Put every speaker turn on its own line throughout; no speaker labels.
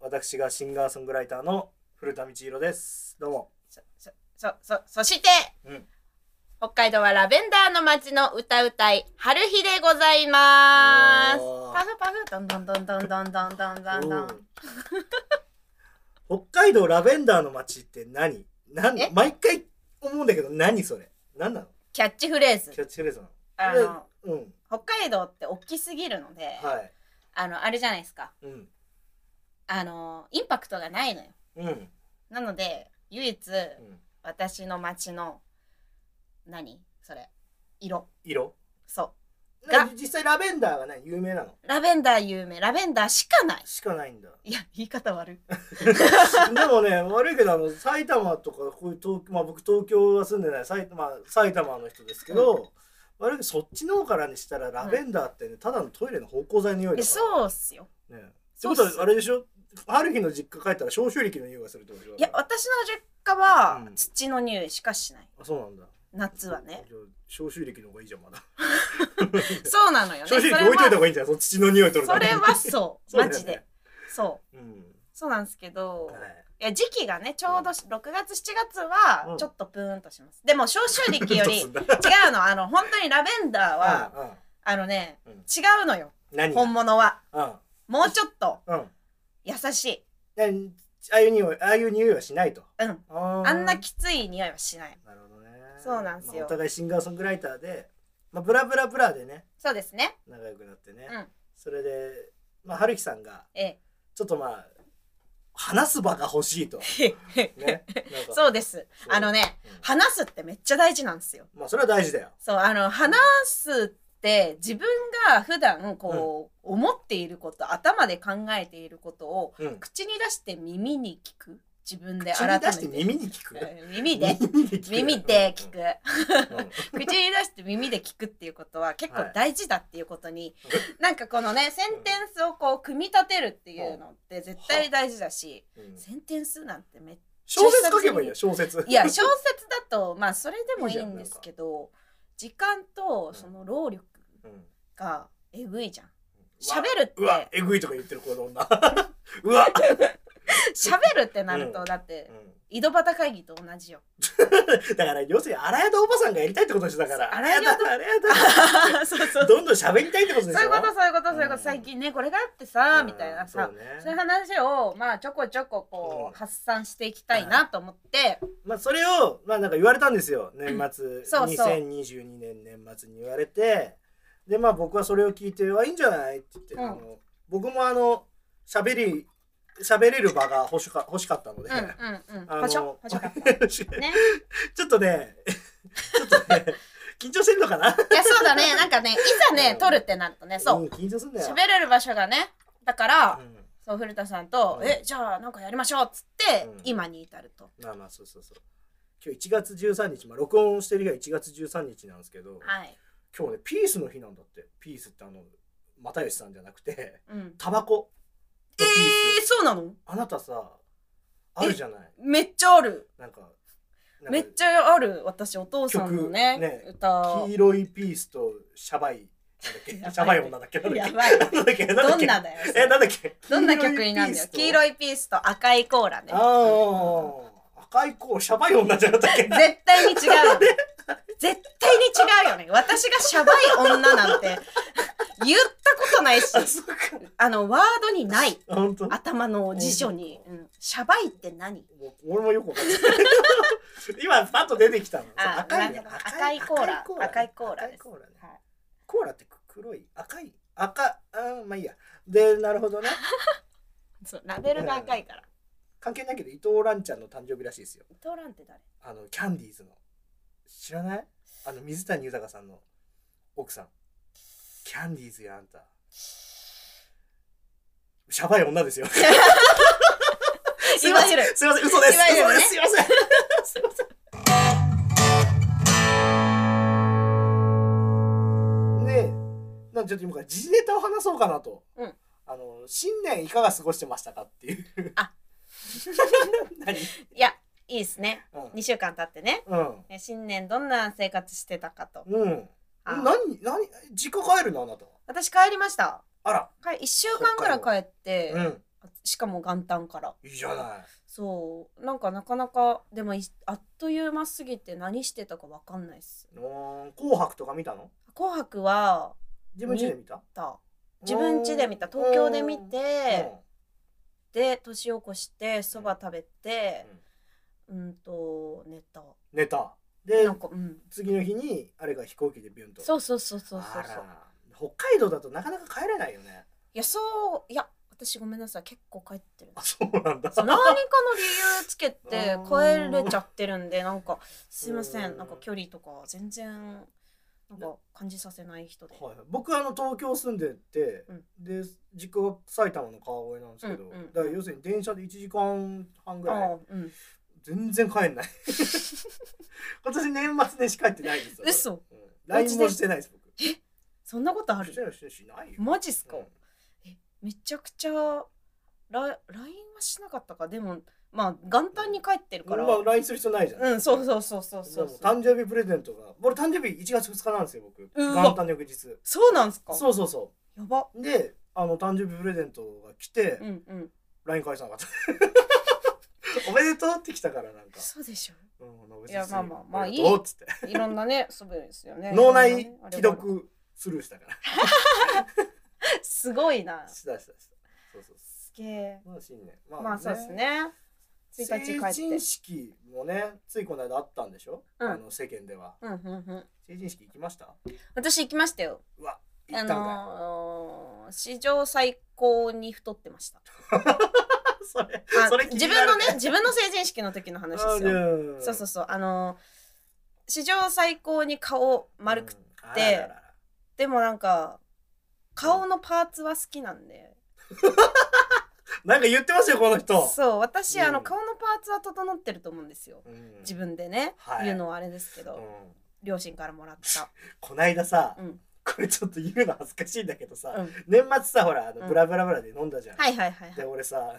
私がシンガーソングライターの古田道弘です。どうも。
そ、そ、そ、そ、そして、
うん
北海道はラベンダーの街の歌うたい、春日でございます。
おー
パフパフ、どんどんどんどんどんどんどんどんど
う
ん。
ん北海道ラベンダーの街って何なん
え
毎回思うんだけど、何それ何なの
キャッチフレーズ
キ。ャッチフレーズな
あの、
のうん。
北海道って大きすぎるので、
はい。
あの、あれじゃないですか。
うん。
あの、インパクトがないのよ。
うん。うん
なので、唯一、私の街の、何それ。色。
色
そが
なんか実際ラベンダーがね、有名なの
う。ラベンダー有名。ラベンダーしかない。
しかないんだ。
いや、言い方悪い。
でもね、悪いけど、あの埼玉とか、こういう東、まあ、僕東京は住んでない、埼,、まあ、埼玉の人ですけど。悪いけど、そっちの方からにしたら、ラベンダーってね、ただのトイレの芳香剤の匂い
え
だから。
そうっすよ。
う。ね。って
そう
こ
っ
と
す
は、あれでしょ春日の実家帰ったら、消臭力の匂いがするってことでしょ
いや、私の実家は
うん
土の匂いしかしない。
あ、そうなんだ。
夏は ね。
じゃあ。消臭力の方がいいじゃん、まだ。
そうなのよね。
消臭力置いといた方
そ
がいいんじゃん、そっちの匂い取
れ
る
はそ
ため
れ
に
はそ う。
そうだ
マ
よね
ジで。そう。
うん。
そうなんですけど、、
はいい。
や時期がねちょうどし6月7月は
うん
ちょっとプーンとします、でも消臭力よ
ど
り違
うすんだ
うのあの本当にラベンダーは、
うんうん
あのね、
うん
違うのよ
何が
本物は
うん。
もうちょっと
うん。
優し
ねああいう匂い、ああいう匂いはしないと。
いうん
あー
あんなきつい匂いはしない
なるほどね。
そうなんすよ
まあお互いシンガーソングライターで、まあ、ブラブラブラでね、
そうですね
仲良くなってね。
うん
それで、まあ、春樹さんが、
え
ちょっとまあ、話す場が欲しいと。
え
ね。なんか
そうです
そう
あのね
うん
話すってめっちゃ大事なんですよ
まあ、それは大事だよ。
そうあの話すって自分が普段こう、思っていること頭で考えていることを
うん。
口に出して耳に聞く自分で
口
改め
に
て
出して耳に聞く。
うん耳で耳で聞く、
うん。うん
口に出して耳で聞くっていうことは結構大事だっていうことに、なんかこのねセンテンスをこう組み立てるっていうのって絶対大事だし、
うん
センテンスなんてめっ
小説書けばいいよ、 小説。
いや小説だとまあそれでもいいんですけど時間とその労力
うん
がえぐいじゃん
うわ
喋るっ
うわ
て、
えぐいとか言ってる、この女。 うわ
喋るってなる
う
と
ん
だって
うん
井戸端会議と同じよ
だから要するに荒谷とおばさんがやりたいってことでしょだから
そう
荒谷だ荒
そう
谷
そ
だ
う
どんどん喋りたいってことでしょ
そういうことそういうことそういうこ
うん
と最近ねこれがあってさみたいなさ
うんそう
そうい
ね
う話をまあちょこちょここ
うん
う発散していきたいなと思って
まあそれをまあなんか言われたんですよ年末
そうそう
2022年年末に言われてでまあ僕はそれを聞いて「あいいんじゃない?」って言って、
うん
あの僕もあの喋り喋れる場が欲しか欲しかったので、
うんうんうん
あの
ほし ょほしょかったね
ちょっとねちょっとね緊張してるのかない
やそうだねなんかねいざ
う
ね
ん
撮るってなるとねそ
ん
う
緊張すんだよ
喋れる場所がねだから
うん
そう古田さんと
う
「
ん
えじゃあなんかやりましょう」っつって
うん
今に至ると
まあまあそうそうそう今日1月13日、まあ、録音してる日は1月13日なんですけど
はい
今日ねピースの日なんだってピースってあの又吉さんじゃなくて
うん
タバコ
え
のピー
ーそうなの
あなたさあるじゃない
めっちゃある
なんかなんか
めっちゃある私お父さんのね
曲ね
歌
黄色いピースとシャバいなんだっけシャバい女だっけなんだっ
や
け
ばい
なんだっけ
ど
なんだっ
ん
け
なだよそれ
えなんだっけ
どんな曲になるんだよ黄色
い
いピースと赤いコーラね
ああ赤い子シャバい女じゃな かったっけ
絶対に違うよね絶対に違うよね私がシャバい女なんて言ったことないし
あそっか
あのワードにない
あ本当
頭の辞書に、うん、シャバいって何
もう俺もよくわかんない。 今パッと出てきたの。
あ
そうね
なるほど赤いコーラ
赤い
赤い
コ
コ
ーラね。
はい
コーラって黒い赤い赤あーまあいいや。でなるほどね。
そうラベルが赤いから、
関係ないけど伊藤蘭ちゃんの誕生日らしいですよ。
伊藤蘭って誰
あのキャンディーズの知らない？あの水谷豊さんの奥さん。キャンディーズやあんた。シャバい女ですよ。すいませ
いわゆ
ん。
る
すいません。嘘です。
いわゆるね
嘘です。すいま せん。すいません。ねえ、なんでちょっと今から時事ネタを話そうかなと。
うん
あの新年いかが過ごしてましたかっていう。
あ。
何？
いやいいですね2週間経ってね
うん。
ね新年どんな生活してたかと
うん。うん。
あー
何何実家帰るのあなたは。
私帰りました
あら。
か1週間ぐらい帰って、
うん。
しかも元旦から
いいじゃない
そうなんかなかなかでもいあっという間すぎて何してたかわかんないっす
うん紅白とか見たの
「紅白」は
自分家で見た
だ自分家で見た東京で見てで年を越してそば食べてうんと寝た
寝たで
なんかうん
次の日にあれが飛行機でビュンと
そうそうそうそうそ
あ
うそう
ら北海道だとなかなか帰れないよね
いやそういや私ごめんなさい結構帰ってる
あそうなんだ
そう何かの理由つけて
あー
帰れちゃってるんでなんかすいませ
うんん
なんか距離とか全然なんか感じさせない人で、
はい、僕あの東京住んでて、
うん
で実家が埼玉の川越なんですけど、
うんうん
だから要するに電車で1時間半ぐ
あ
らい
あうん
全然帰んない 今年年末年始帰ってないですよ
嘘
うん LINE もしてないです僕
そんなことある
してないしてないしないよ
マジっすか、
うん
めちゃくちゃラ LINE はしなかったかでもまあ元旦に帰ってるから、
まあ LINE する必要ないじゃん
うんそう
う
そうそうそうそうそう
誕生日プレゼントが俺誕生日1月2日なんですよ僕
うわ
元旦の翌日
そうなんすか
そうそうそ
やば
うであの誕生日プレゼントが来て、
うんうん
LINE 返さなかった おめでとうって来たからなんか
そうでしょ
うん、
いやまあまあまあ
りがとうっつって
いろんなね そうですよね
脳内
あれ
既
はね
読スルーしたから
すごいな
したしたしたそうそうそ
すげえ
うまあ新年ま
まあそうですね1日帰って
成人式もねついこの間あったんでしょ、
うん
あの世間では
うんうんうん
成人式行きました
私行きましたよ
うわ行
あ
ったんかい、
のー史上最高に太ってました
それ
あ
それ気に
自
な
分の
る
ね自分の成人式の時の話ですよ
よ
そうそうそうあのー史上最高に顔丸く、てでもなんか顔のパーツは好きなんで、
なんか言ってますよこの人、
そう私、あ
う
の
ん
顔のパーツは整ってると思うんですよ
うん
自分でね、
はい
言うのはあれですけど、
うん
両親からもらった、
こないださ、
うん
これちょっと言うの恥ずかしいんだけどさ、
うん
年末さほらあの、
うん
ブラブラブラで飲んだじゃん、
はいはいはいはい
で俺さ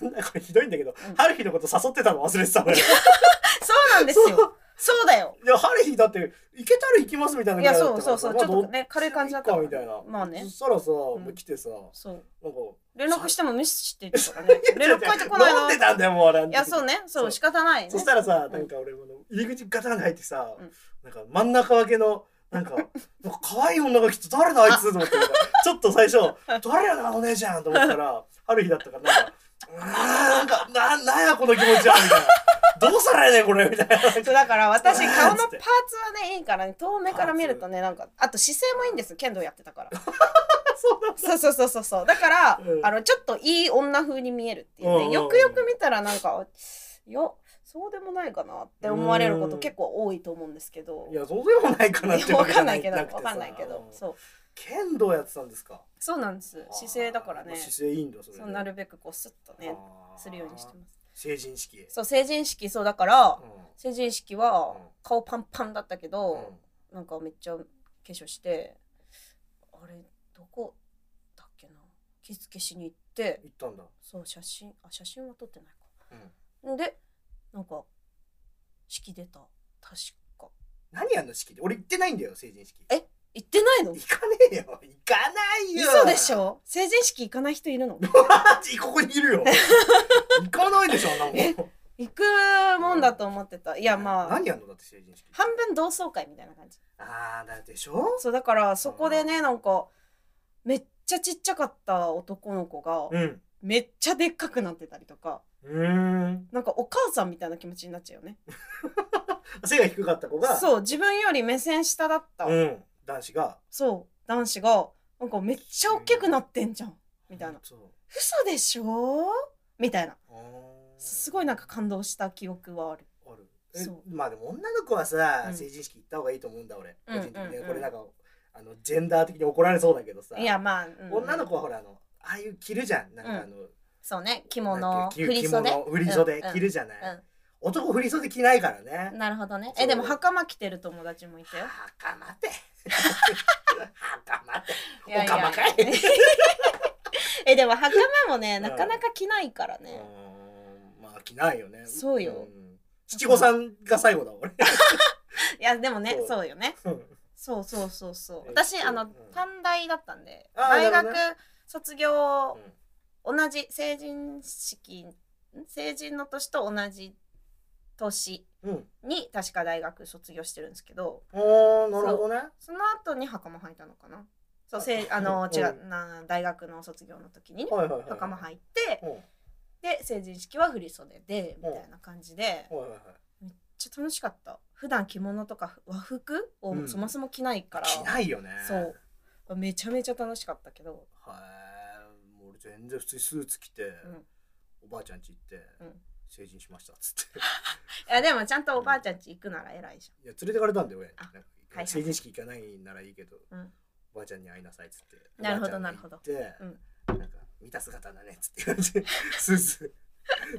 なんだこれひどいんだけど、
うん
春日のこと誘ってたの忘れてたのよ
そうなんです
そ
よ。そうだよ。
いや春日だって行けたら行きますみたいないぐら
や、
だ
そ
っ
う
た
そ
から
う
さ
そう、ちょ
まあ
っとね、軽い感じだった
どっ
から
ちかみたいな
まあね
そ、したらさ、
ん
もう来てさな
そう。
んか
連絡しても無視してるか らね。連絡返ってこない
飲ん
の。
で
い
たんだよもう俺
や、そうね、そ
そう
う、仕方ないね。
そしたらさ、
ん
なんか俺もの入り口ガタンって入ってさ、
うん
なんか真ん中分けのなん かなんか可愛い女が来て誰だあいつと思ってなんかちょっと最初誰やなお姉ちゃんと思った ら春日だったからなんかうーんなんかななんやこの気持ちはみたいなどうしたらええねんこれみたい ななんか
そうだから私
そう
顔の
つ
パ
っ
ー
て
ツは ねいいからね遠目から見るとねなんかあと姿勢もいいんです剣道やってたから そうそうそうそうそうだから、
うん
あのちょっといい女風に見えるっていうね、
うんうんうん
よくよく見たらなんかよそうでもないかなって思われること結構多いと思うんですけど
いやそうでもないかなって
わかんないけど
わ
わかんないけどそう
剣道やってたんですか
そうなんです姿勢だからね
あー姿勢いいんだそれ
そうなるべくこうスッとね
あー
するようにしてます
成人式へ
そう成人式そうだから
うん
成人式
う
は
ん
顔パンパンだったけど、
うん
なんかめっちゃ化粧してあれどこだっけな着付けしに行って
行ったんだ
そう写真あ写真は撮ってないか
うん、
でなんか式出た確か
何やんの式で俺行ってないんだよ成人式
行ってないの
行かねえよ行かないよ
嘘でし
ょ
ょ成人式行かない人いるの
ここにいる よ行かないでしょあんなもん
え
い
行くもんだと思ってたいやまあ
何やんのだって成人式
半分同窓会みたいな感じ
ああだでしょ
そうだからそこでねなんかめっちゃちっちゃかった男の子が
うん
めっちゃでっかくなってたりとか
うーん
なんかお母さんみたいな気持ちになっちゃうよね
背が低かった子がう、
そう自分より目線下だった、
ん、男子が
そう男子がなんかめっちゃ大きくなってんじゃんみたいな
そ
嘘でしょみたいな
うあー
すごいなんか感動した記憶はある
あるえ
そう
まあでも女の子はさ、
うん
成人式行った方がいいと思うんだ俺個
うん
人的にね、
うんうん
これなんかあのジェンダー的に怒られそうだけどさ
いやまあ、うんうん
女の子はほらあのああいう着るじゃんなんかあの、
そうね着
なん
物
か着
振り袖
着物振り袖
うんうん
着るじゃない、
うん
男振り袖着ないからね、
なるほどね
そ
え
う
でも袴着てる友達もいたよ
袴って袴って
いやいや
おかまかい
えでも袴もね
うん
なかなか着ないから
う
ね、
ーんまあ着ないよね
そうよ
ん七五三が最後だ俺
いやでもね
そう
そうよ ね
うん
そうそうそうそう
え
私
そう
あの
うん
短大だったんで
あー
大
なるほ
学
どね
卒業同じ成人式ん成人の年と同じ年
うん。
に確か大学卒業してるんですけど
あーなるほどね。
その後に袴履いたのかなそうせいあの
うん
違うな大学の卒業の時にね
はいはいはい。
袴履いて
うん。は
で成人式は振り袖でみ
うん
たいな感じで
いはいはい。
めっちゃ楽しかった普段着物とか和服を
うん
そもそも着ないから、
着ないよね。
そうめちゃめちゃ楽しかったけど
はい。もう俺全然普通にスーツ着て、
ん
おばあちゃん家行って、
うん
成人しましたっつって。
いやでもちゃんとおばあちゃん家行くなら偉いじ
いや連れてかれたんだよ俺
あ
なんか
はい
成人式行かないならいいけど、
うん
おばあちゃんに会いなさいっつって
なるほど
おばあちゃんに
なるほど
行って、なんか見た姿だねっつって言われてスーツ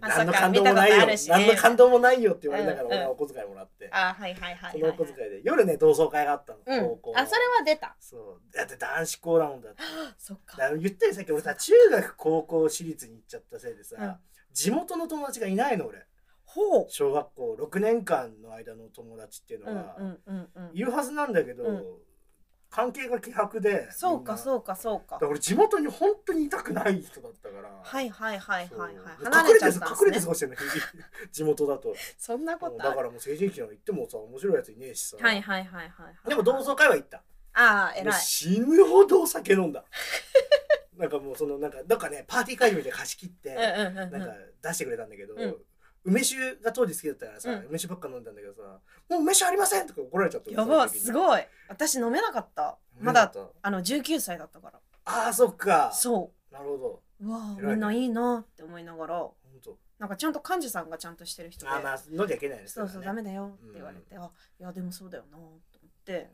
まさか
何の感動もない
見たこと
よ、
あるしね
何の感動もないよって言われながら
うんうん
俺はお小遣いもらって、
ゃんあはいはいはいはい、
そのお小遣いで夜ね同窓会があったの、
うん
高校の
あそれは出た
そうだって男子校だもんだ って
そっか
だから言ったよさっき俺さ中学高校私立に行っちゃったせいでさ、
うん
地元の友達がいないの俺
ほう
小学校6年間の間の友達っていうの
うんう
は、
んうんうん
いるはずなんだけど、
うん
関係が希薄で
そうか
う
そうかそうか
だから俺地元に本当にいたくない人だったから
はいいはいはいはいはい離
隠
れ
れ
ちゃってたん
隠れ
で
て
す
過ご
ね
してるの 地元だと
そんなこ
うん
と
だ
あ
か
る
らもう成人式なんか行ってもさ面白いやついねえしさ、
はいはいはいはい
でも同窓会は行った
ああ
も
偉
う
い
死ぬほどお酒飲んだ なんかもうそのなんかなんかねパーティー会場みたいに貸し切って、
うんうんうんう
なんか
ん
出してくれたんだけど、
うん
梅酒が当時好きだったからさ、
うん
梅酒ばっか飲んだんだけどさ「もう梅酒ありません!」とか怒られちゃった
やば
その時に
すごい私飲めなかったま
飲めな
だ
かっ
あの19歳だったから
たあーそっか
そう
なるほど
うわあ
偉いね
みんないいなって思いながら
本当
なんかちゃんと幹事さんがちゃんとしてる人で
あーまあ飲んじゃいけないです
そうそうダメだよ
うん
って言われて、あいやでもそうだよなと思って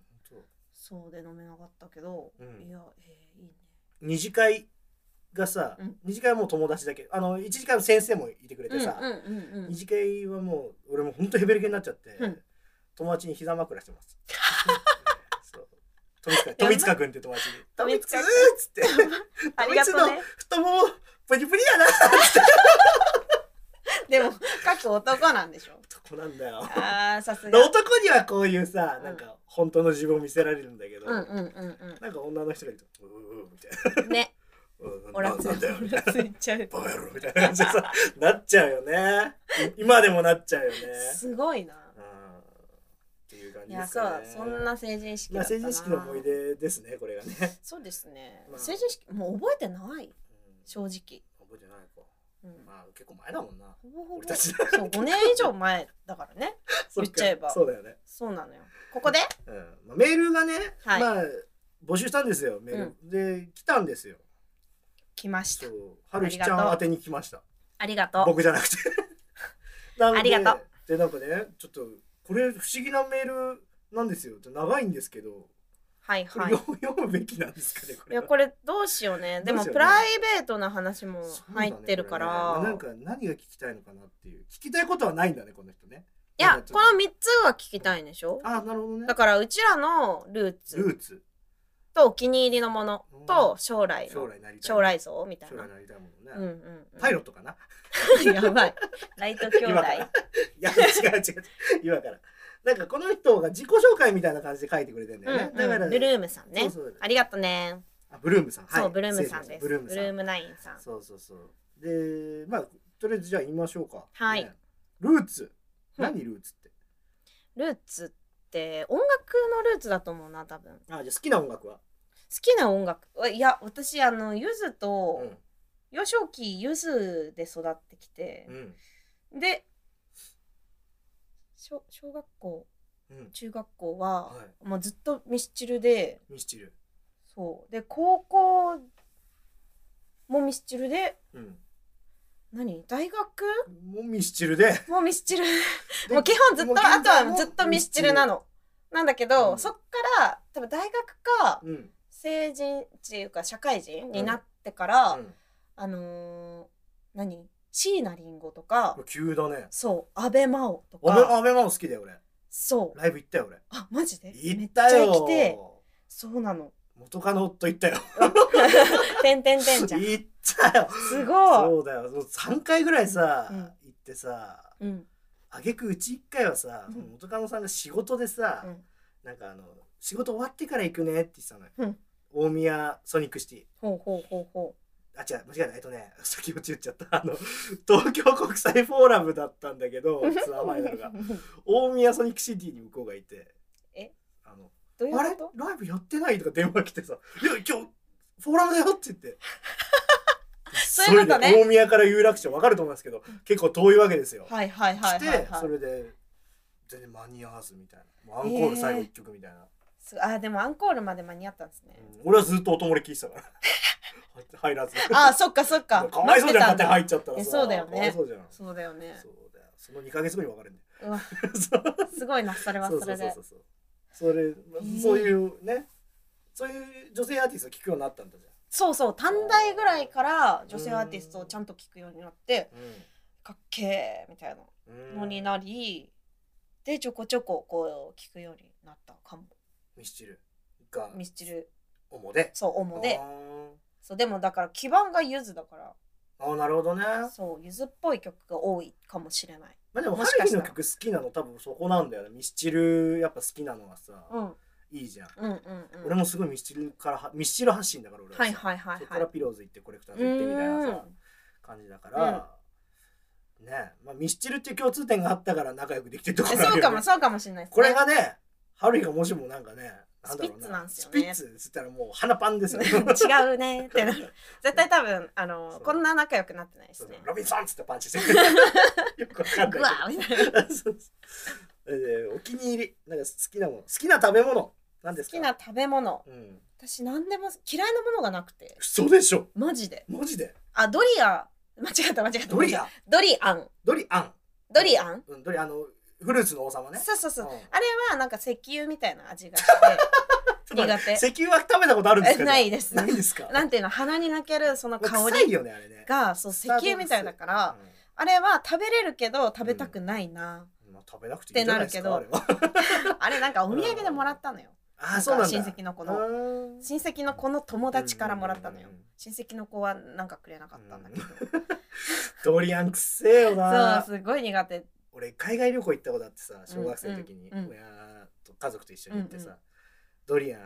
そうで飲めなかったけど、
うん
いやえーいいね
二次会がさ、
うん
二次会はもう友達だけあの一次会の先生もいてくれてさ、
うんうんうんうん
二次会はもう俺も本当ヘベレケになっちゃって、
うん
友達に膝枕してます そう富塚富塚君って友達に「
富塚
富
君
っつって
ありがとうね
太ももプニプニやな
でも各男なん でしょ
男なんだよ
あーさすが
男にはこういうさ
うん
なんか本当の自分を見せられるんだけど、
うんうんうん
なんか女の人がいると「うーうーみたいな
うん ね
「
おら
うー
つ
なんだよ」みたいな
おらついちゃう
バカ野郎みたいな感じでさなっちゃうよねい今でもなっちゃうよね、
すごいな
うん、っていう感
い
じで
や
す
そ
か
う
ね
そんな成人式
まあ
だった
成
な
人式の思い出ですねこれがね、
そうですね、
まあ
成人式もう覚えてない
うん
正直、
覚えてないか
うん、
まあ結構前だもんな
ほぼほぼ
俺たち
そう5年以上前だからね
そか
言っちゃえば
そうだよね、
そうなのよここで
うんまあ、メールがね、
はい
まあ募集したんですよメール、で来たんですよ
来まし
そ
た
う春日ちゃ
ありがと
ん
う
宛てに来ました
ありがとう
僕じゃなくて なので
ありがと
うでなんかねちょっとこれ不思議なメールなんですよ長いんですけど
はい
こ
はい
れ読,、読むべ きなんですかねこ
い
れ
や
は
これどうしようねで
どう
も
しようね
プライベートな話も
そうだね
入ってるから、
これねなんか何が聞きたいのかなっていう聞きたいことはないんだねこの人ね
い
なん
や
かちょ
こ
っ
の3つは聞きたいんでしょ
とあなるほどね
だからうちらのルー
ル
ツ
ーツ
とお気に入りのものと将来の
将来なりたい
将来像みたい
将
な
来なりたいものね、
うんうんうん
パイロットかな
やばいライト兄弟
今 からいや違う違う違う今からなんかこの人が自己紹介みたいな感じで書いてくれてんだよね、
うん
だ
う
か
ん
ら
ルルームさんね
そうそう
ありがとね
あブルームさん
そう、
はい
ブルームさん
失礼しました
です。
ブ
ブ
ル
ル
ームさ
ー
ん
ムナインさん。
そうそうそうでまあとりあえずじゃあ言いましょうか
はい
ねルーツ
うん
何ルーツって、
ルーツって音楽のルーツだと思うな、多分。好
あじゃあ好きな音楽は、
きな音楽、いや、私、あの、ゆず
う
と
ん
幼少期ゆずで育ってきて
う、ん
で。小小学校、
うん、
中学校は、
は
もうずっとミスチルで、
ミスチル、
そう、で、高校。もミスチルで、
うん、
何、大学
もうミスチルで
もミスチル。
で
もう基本ずっ
もう
と
現在
あとは
も
ずっとミスチルなのなんだけど、
うん
そっから多分大学か
うん、うん
成人っていうか社会人になってから、
うん
あのー、何椎名林檎とか、
これ急だね
そう安倍真央と
アベ
か
アベマも好きだよ俺
そう
ライブ行ったよ俺
あマジで
行った
めっちゃ来て
よ
そう なの
元カノと行ったよ
てんてんて ん
行
じゃん
ったよ
すごい
そうだよもう3回ぐらいさ、
うん
行ってさ
うん
あげくうち1回はさ、
うん
元カノさんが仕事でさ、
うん
なんかあの仕事終わってから行くねって言ってたのよ、
うん
大宮ソニックシティ
ほうほうほうほ
あ違う間違いないえっとね先ほど言っちゃったあの 東京国際フォーラムだったんだけ どツアーファイナルが大宮ソニックシティに向こうがいて
え
あの
どういう
あれ
こ
ライブやってないとか電話来てさ「いや今日フォーラムだよ」って言って。
そういうことね
急で大宮から有楽町わかると思うんですけど結構遠いわけですよ。
とはいはいはい
来
はい
て
は
そ
い
れで全然間に合わずみたいなもうアンコール最後一曲みたいな、
すあーでもアンコールまで間に合ったんですね
うん俺はずっと音漏れ聞いてたから 入らず
あーそっかそっか
かわいそうじゃん勝手
待ってた
に
だ
入っちゃったら
え
さ
そうだよね
かわいそうじゃんそう
そうだよね
だよその2か月後に別れるんだ
うわ
よそう
すごいなそれは
そう
そ
そう
れ
そう
で
そうそうそれ、
ー
そういうねそういう女性アーティストを聞くようになったんだじ
そうそう短大ぐらいから女性アーティストをちゃんと聞くようになって
ゃん、
かっけーみたいな
うん
のになりでちょこちょここう聞くようになったかも
ミスチルが
ミスチル
主で
そう主で
あー
そうでもだから基盤がゆずだか
あーなるほどね
らそうゆずっぽい曲が多いかもしれない
まあでも
も
ハ
しか
ルキ
したら
の曲好きなの多分そこなんだよねミスチルやっぱ好きなのはさ、
うんうん
いいじゃん、
うんう
俺
ん
もすごいミスチルからはミスチル発信だから俺
はい
さ
はいはい
そこ
は
から
い
ピローズ行ってコレクターズ
う
行ってみたいな
ー
さ
ん
感じだから、ねまあ、ミスチルっていう共通点があったから仲良くできてるところあるよ
そ
ね
うかもそうかもしれないですね
これがねハルキがもしもなんかねなんだろう
スピッツなんですよ
ス
ね
ピッツっつったらもう鼻パンです よ
違うねってなる絶対多分あ
そ
の
う
こんな仲良くなってないです
そう
ね
ロビンソンっつってパンチして くるよくわかんないけ
グ
ど
ワーみたいな
そう
好
そうえーお気に入りなんか好きなもの好きな食べ物なんですか
きな食べ物
うん
私何でも嫌いなものがなくて
嘘でしょ
マジで
マジで
あドリア間違った間違った
ドリア
ドリアン
ドリアン
ドリアン、
うん、ドリアンあのフルーツの王様ね
そうそうそう、
うん
あれはなんか石油みたいな味 がして苦手
石油は食べたことあるんですか
えないです
ないですか
なんていうの鼻に抜けるその
まあ
香
臭い
り
よねあれね
がそう石油みたいだから
う
あれは食べれるけど食べたくないな、
んまあ、食べなくていいんじゃないですか
っ
あれは
あれなんかお土産でもらったのよ、
あーそうなんだ
親戚の子の
の
親戚の子の友達からもらったのよ、
うんうんうんうん
親戚の子はなんかくれなかったんだけど、
ドリアンくっせえよな
そうすごい苦手
俺海外旅行行ったことあってさ小学生の時に
うんうんうん
親と家族と一緒に行ってさ、
うんう
ドリアン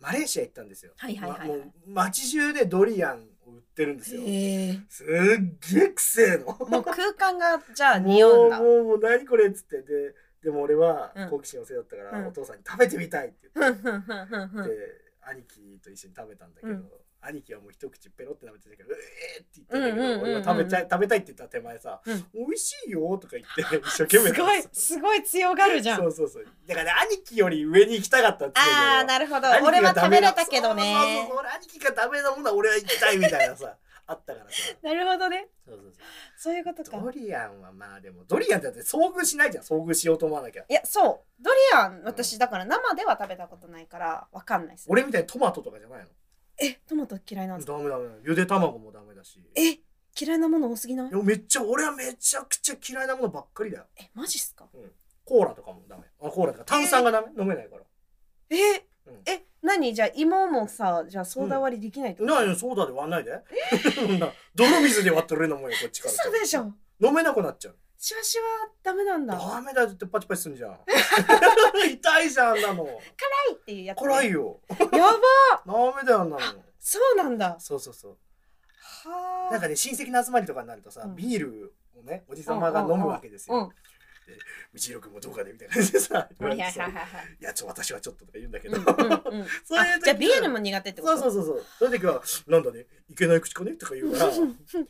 マレーシア行ったんですよ、
はいはいはいはい
まもう街中でドリアンを売ってるんですよ
へえ
すっげえくせえの
もう空間がじゃあ匂うん だ
もうもうもう何これっつってででも俺は
うん
好奇心旺盛だったから、
うん
お父さんに食べてみたいって
ふ
言
ん
って、
ふんふんふんふん
で兄貴と一緒に食べたんだけど、
うん
兄貴はもう一口ペロって食べてたけど「うえー!」って言ったんだけど、
うんうんうんうんうん
俺は食べちゃい食べたいって言った手前さ「
うん
美味しいよ」とか言って一生懸命
すごい
食べて
すごい強がるじゃん
そうそうそうだから、ね、兄貴より上に行きたかったっていう
あーなるほど俺は食べれたけどね
俺兄貴がダメなものは俺は行きたいみたいなさあったからさ
なるほどね
そうそうそう
そういうことか
ドリアンはまあでもドリアンってだって遭遇しないじゃん遭遇しようと思わなきゃ
いやそうドリアン私だから生では食べたことないからわかんないです
俺みたいにトマトとかじゃないの
えトマト嫌いなんですか
ダメダメゆで卵もダメだしい
え嫌いなもの多すぎない
やめっちゃ俺はめちゃくちゃ嫌いなものばっかりだよ
えマジっすか
コーラとかもダメあコーラとか炭酸がダメ、飲めないからう
え
ん
え何じゃあ芋もさじゃあソーダ割りできないってこと
なにソーダで割んないで 泥水で割ってるのもんよこっちから
嘘でしょ
飲めなくなっちゃう
シワシワダメなんだ辛
ダメだよってパチパチすんじゃ ん痛いじゃんあんなの
いっていうやつね
辛いよ
やば
ダメだよあんなの
そうなんだ
そうそうそう
はあ
なんかね親戚の集まりとかになるとさ、
うん
ビールをねおじさまが飲むわけですよ、
うん
道郎君もどうかでみたいな感じでさ言わ
はい
れ
は
て
い
さ
はいは
「
い
いやちょ私はちょっと」とか言うんだけ
う
ど、
んうんうん
そういう時
あじゃあビールも苦手ってこ
そう
と
そううそうそうそういう時は「なんだねいけない口かね?」とか 言うから「い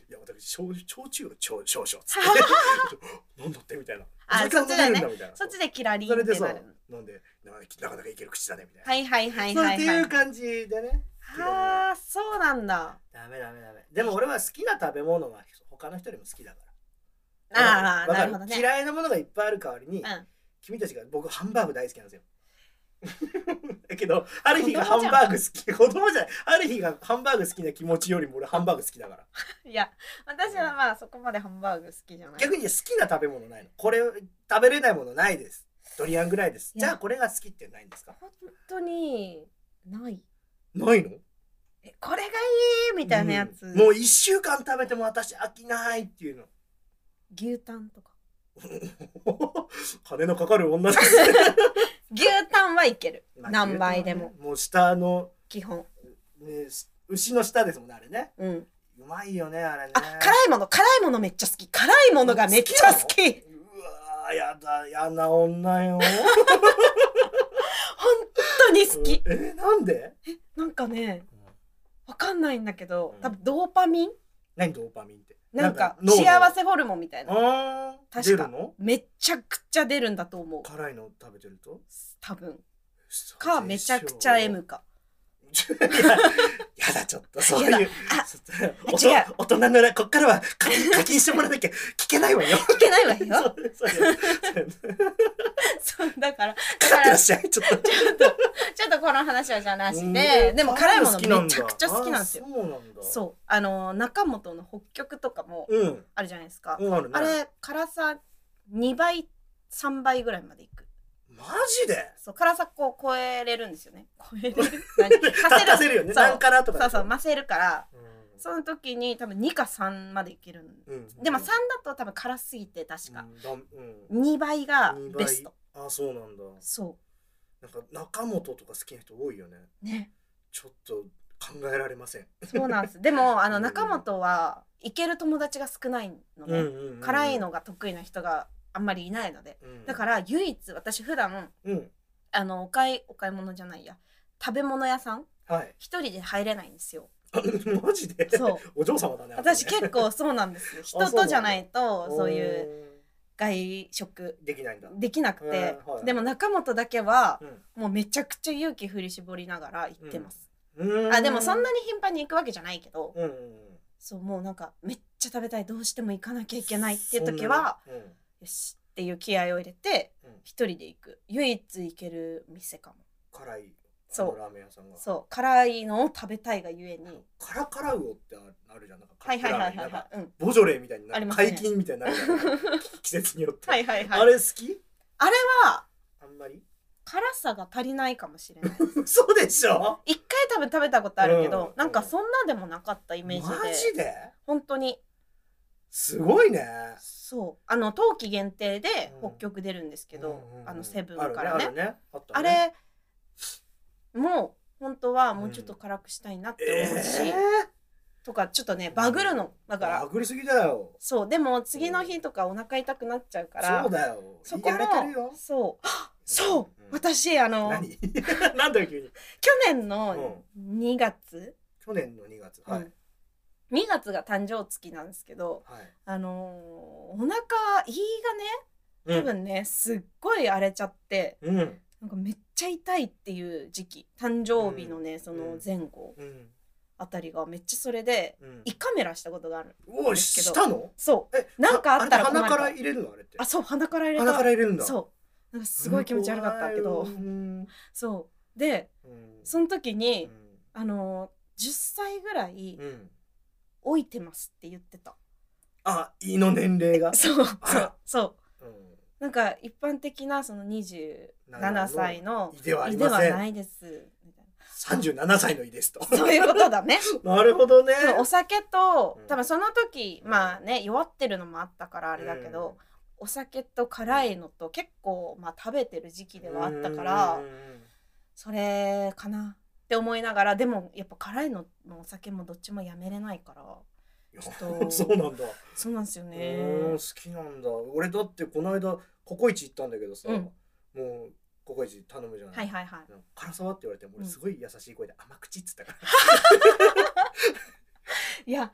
や私焼焼酎は少々」ちょっつって「飲んだって」みたいな「
あ
お酒は飲めるんだ」みたいな
そっちでキラリン
それ
っ
で
て
さ
なる
飲んでなかなかなかいける口だねみたいな、
はいはいはい
そう
はい
ってい
は
う
い
感じでね
はあそうなんだ
ダメダメダメでも俺は好きな食べ物は他の人よりも好きだから
あ
わ
あ
かる
なるほどね
嫌いなものがいっぱいある代わりに、
うん
君たちが僕ハンバーグ大好きなんで すよだけどある日がハンバーグ好き子供じゃないある日がハンバーグ好きな気持ちよりも俺ハンバーグ好きだから
いや私はまあそこまでハンバーグ好きじゃない
逆に好きな食べ物ないのこれ食べれないものないですドリアンぐらいです
い
じ
や
ゃあこれが好きってないんですか
本当にない
ないの
えこれがいいみたいなやつ、
うんもう1週間食べても私飽きないっていうの
牛タンとか
金のかかる女ですね
牛タンはいける
まあ
何倍でも
もう下の
基本
ね、し牛の下ですもんねあれね
うん
うまいよねあれね
あ、辛いもの、辛いものめっちゃ好き。辛いものがめっちゃ好き。本
うわーやだやな女よ
当に 好き。
えなんで
なんかね、わかんないんだけど
う、ん
多分ドーパミン
何ドーパミンって
なんか
脳の
幸せホルモンみたいな。
あー
確
出
か
るの
めちゃくちゃ出るんだと思う。
辛いの食べてると
多分。
嘘
か、
で
め
し
ち
ょ
ゃくちゃ M か。
い ややだちょっとそう
や
いう
あ
ちょっと大人大人のなこっからは課金課金してもらわなきゃ聞けないわよ
いけないわ
そう
よ。
そうそう
そう、だから、
かかってらっしゃいちょっと
ちょっとこの話はじゃあなし
う
で、
ん
でも辛いも
好きな
の
ん
め
だ
ちゃくちゃ好きなんですよ。
あーそうなんだ
そう。あの、中本の北極とかも
ううん
あるじゃないですか。
うんあるね
あれ、辛さ2倍、3倍ぐらいまでいく。
マジで
そう、辛さこう超えれるんですよね。超えれる
た
何
た
足
せ
せ
る
る
よね
そう
何からとか
そうそう、
ま
増せるから、
うん
その時に多分2か3までいけるん
うん
でも3だと多分辛すぎて確か、
うんだうん
2倍が
二倍
ベスト
あそうなんだ
そ
なんか中本とか好きな人多いよね
うね
ちょっと考えられません
そうなんです でもあ
う
の
ん
中本は行ける友達が少ないのね、辛いのが得意な人があんまりいないのでだからら唯一私普段
うん
あのお買いお買い物じゃないや食べ物屋さん
はい
一人で入れないんですよ
あマジで
そう
お嬢様だね
私
あな
結構そうなんですよ
そうなん
人
だ
とじゃない
た
と
ね
そういう
うん
外食
できないんだ
できなくて
へ、ーはい
でも中本だけは
うん
もうめちゃくちゃ勇気振り絞りながら行ってます、
う
あでもそんなに頻繁に行くわけじゃないけど、
うんうん
そうもうなんかめっちゃ食べたいどうしても行かなきゃいけないっていう時は
そんなに
よしっていう気合を入れて
うんうん
一人で行く唯一行ける店かも
辛いあ
そう
のラーメン屋さんが
そう辛いのを食べたいがゆえに
カラカラ魚ってあるじゃんなんかカ
は
ッ
い
プ
はい
ラ
は
ーメンな
い
ん
はい
か
はいうん
ボジョレーみたいにな
ありますね
解禁みたいになるじ ゃん季節によって
はいはいはい
あれ好き
あれは
あんまり
辛さが足りないかもし れないです
嘘でしょ
一回多分食べたことあるけ
うん
どなんかそんなでもなかったイメージで
マジで
本当に
すごいね
そうあの冬季限定で
うん
北極出るんですけど、
うんうんうん
あのセブンから
あ
ね
るねあるねあった
あ
ね
れもう本当はもうちょっと辛くしたいなって思うし、
え
とかちょっとねバグるのだ
ー
から、
バグりすぎだよ
そうでも次の日とかお腹痛くなっちゃうから
そうだよ
そこ
やられてる
も
よ
そうそ
う
う、
ん
私あの
何 なんだよ急に
去年の2月、
去年の2月は
う
い
ん2月が誕生月なんですけど
はい
あのーお腹胃がね多分ね、すっごい荒れちゃって
うんうん
なんかめっちゃ痛いっていう時期誕生日のね、その前後
うん
あたりがめっちゃそれで
うん
胃カメラしたことがある
おい
ですけど
したの
そ
え
なんかあったら困る
鼻から入れるのあれって
うあそう鼻から入れた
鼻から入れるんだ
そうなんかすごい気持ち悪かったけど
う、ん
そうで
うん
その時に、
う
あのー10歳ぐらい
んうん
老いてますって言ってた、
あ胃の年齢が
そう
あ
そう
ら
そう
うん
なんか一般的なその27歳の
胃ではあり
胃で
ま
は
せ
なんいですみたい
37歳の胃ですと
なそういうことだね
なるほどね
でもお酒と
うん
多分その時、
うん
まあね弱ってるのもあったからあれだけど、お酒と辛いのと結構、まあ、食べてる時期ではあったから、
うんうんうん
それかなって思いながらでもやっぱ辛いのもお酒もどっちもやめれないから
いや
ちょっ と
そうなんだ
そうなんですよね
うーん好きなんだ俺だってこの間ココイチ行ったんだけどさ、
うん
もうココイチ頼むじゃない、
はいはいはい
なんか辛さはって言われても俺
うん
すごい優しい声で甘口っつったか
いや、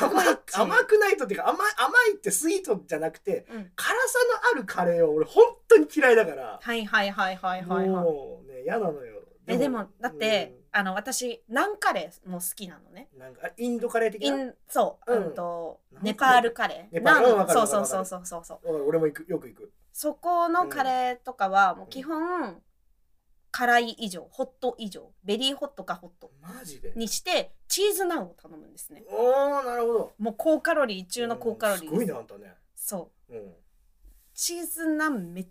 ら、
ココイ
甘
チ
甘くないとっていうか甘い甘いってスイートじゃなくて
うん、
辛さのあるカレーは俺本当に嫌いだから、
はいはいはいはいはいはい
もうね嫌なのよ
えでもだって、あの私ナンカレーも好きなのね
うんなんかあインドカレー的
イ
な
ンそう、
うん
うんと
ナンカレー
ネパールカレー
ネパール
ナン
わかる
そ
わ
う
かる
そ
わか
うそう
る
そうそうそう
俺も行くよく行く
そこのカレーとかはもう基本辛い以上ホット以上ベリーホットかホット
マジで
にしてチーズナンを頼むんですね
おおなるほど
もう高カロリー中の高カロリー
うん
です
ごいなあんたね
そう
うん
チーズナンめっ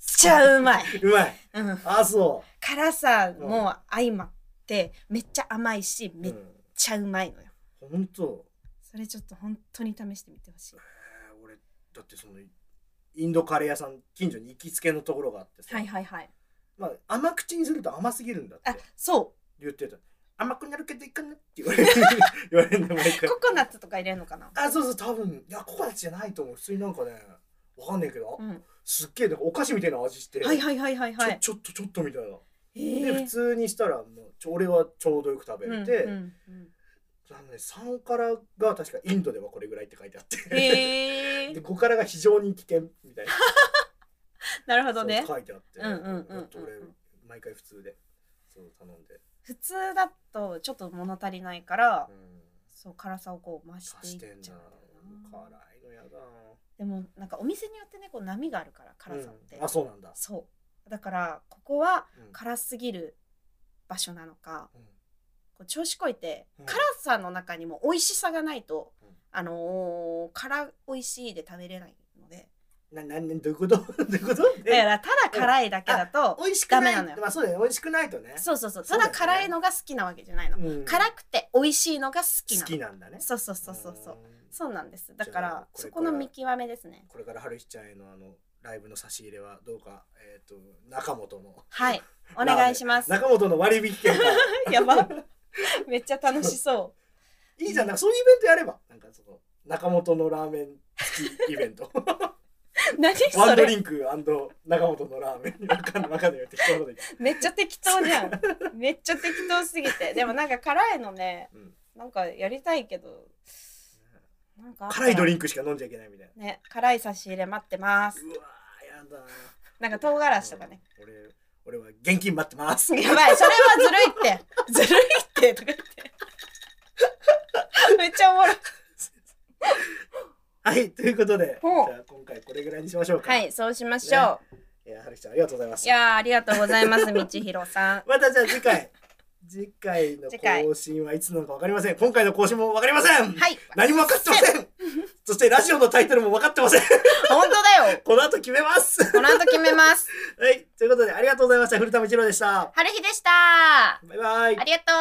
ちゃうまい、
うまい
うん、
あそ
辛さも相まってめっちゃ甘いし
う
めっ
うん
ちゃうまいのよ
本当、
それちょっと本当に試してみてほしい
えー、俺だってそのインドカレー屋さん近所に行きつけのところがあってさ、
はいはいはい
まあ、甘口にすると甘すぎるんだっ
あ
て
そ
言ってた甘くなるけどいいかなって言わ れる言われるんで毎回
ココナッツとか入れるのかな
あそうそう多分いやココナッツじゃないと思う普通になんかねわかんないけど、
うん
すっげえなんかお菓子みたいな味して、
はいはいはいはいはい
ちょちょっとちょっとみたいな、
え
で普通にしたらもうちょ俺はちょうどよく食べれて、
うんうんうん
あのね、3からが確かインドではこれぐらいって書いてあって、
へえ
で5からが非常に危険みたいな
なるほどね
そう書いてあって、
うんうんうんうん
ちょっと俺毎回普通でそう頼んで、
普通だとちょっと物足りないから
うん、
そう辛さをこう増して
足して
いっ
ん
ち
な
ゃうんだよ
辛
ない
のやだ
でもなんかお店によってねこう波があるから辛さって、
うんあそうなんだ、
そうだからここは
うん
辛すぎる場所なのか
うん
こう調子こいて、
うん
辛さの中にも美味しさがないと、
うん
あのー辛美味しいで食べれないので
なななどういうこと どういうこと
だからただ辛いだけだと、
美味しくない
ダメなのよ
まあそうだよね美味しくないとね
そうそうそう
そ
た
うだよ
だ
ね
辛いのが好きなわけじゃないの、
うん
辛くて美味しいのが好きな
好
の
きなんだね
そうそうそうそうそう
うん
そうなんですだか
じゃ
ら
あこれ
そこの
から
見極めですね
これから春日ちゃんへのあのライブの差し入れはどうかえっ、と中本の
はい お願いします
中本の割引 券が
やばめっちゃ楽しそ
いいじゃんなんかそういうイベントやればなんかその中本のラーメン付きイベント
う何
ワ
そ
ンド
れ
リンク中本のラーメンわかんないわかんないよ適当なこと 言って
めっちゃ適当 じゃんめっちゃ適当すぎてでもなんか辛いのね
うん
なんかやりたいけどなんか
辛いドリ
ン
ンクしか飲んじゃいけないみたいな
クね辛い差し入れ待ってます
うわーやだ
なんか唐辛子とかね、
うん俺俺は現金待ってます
やばいそれはずるいってずるいって とか言ってめっちゃおもろい
はいということでじ
ほう
ゃあ今回これぐらいにしましょうか
はいそうしましょう、
いや春日ちゃんありがとうございます
いやーありがとうございます道弘さん
またじゃあ次 回次回の
次回
更新はいつなのかわかりません今回の更新もわかりません
はい
何も分かってま せんそしてラジオのタイトルも分かってません
本当だよ
この後決めます
この後決めます
はいということでありがとうございました古田道郎でした
春日でした
バイバイ
ありがとう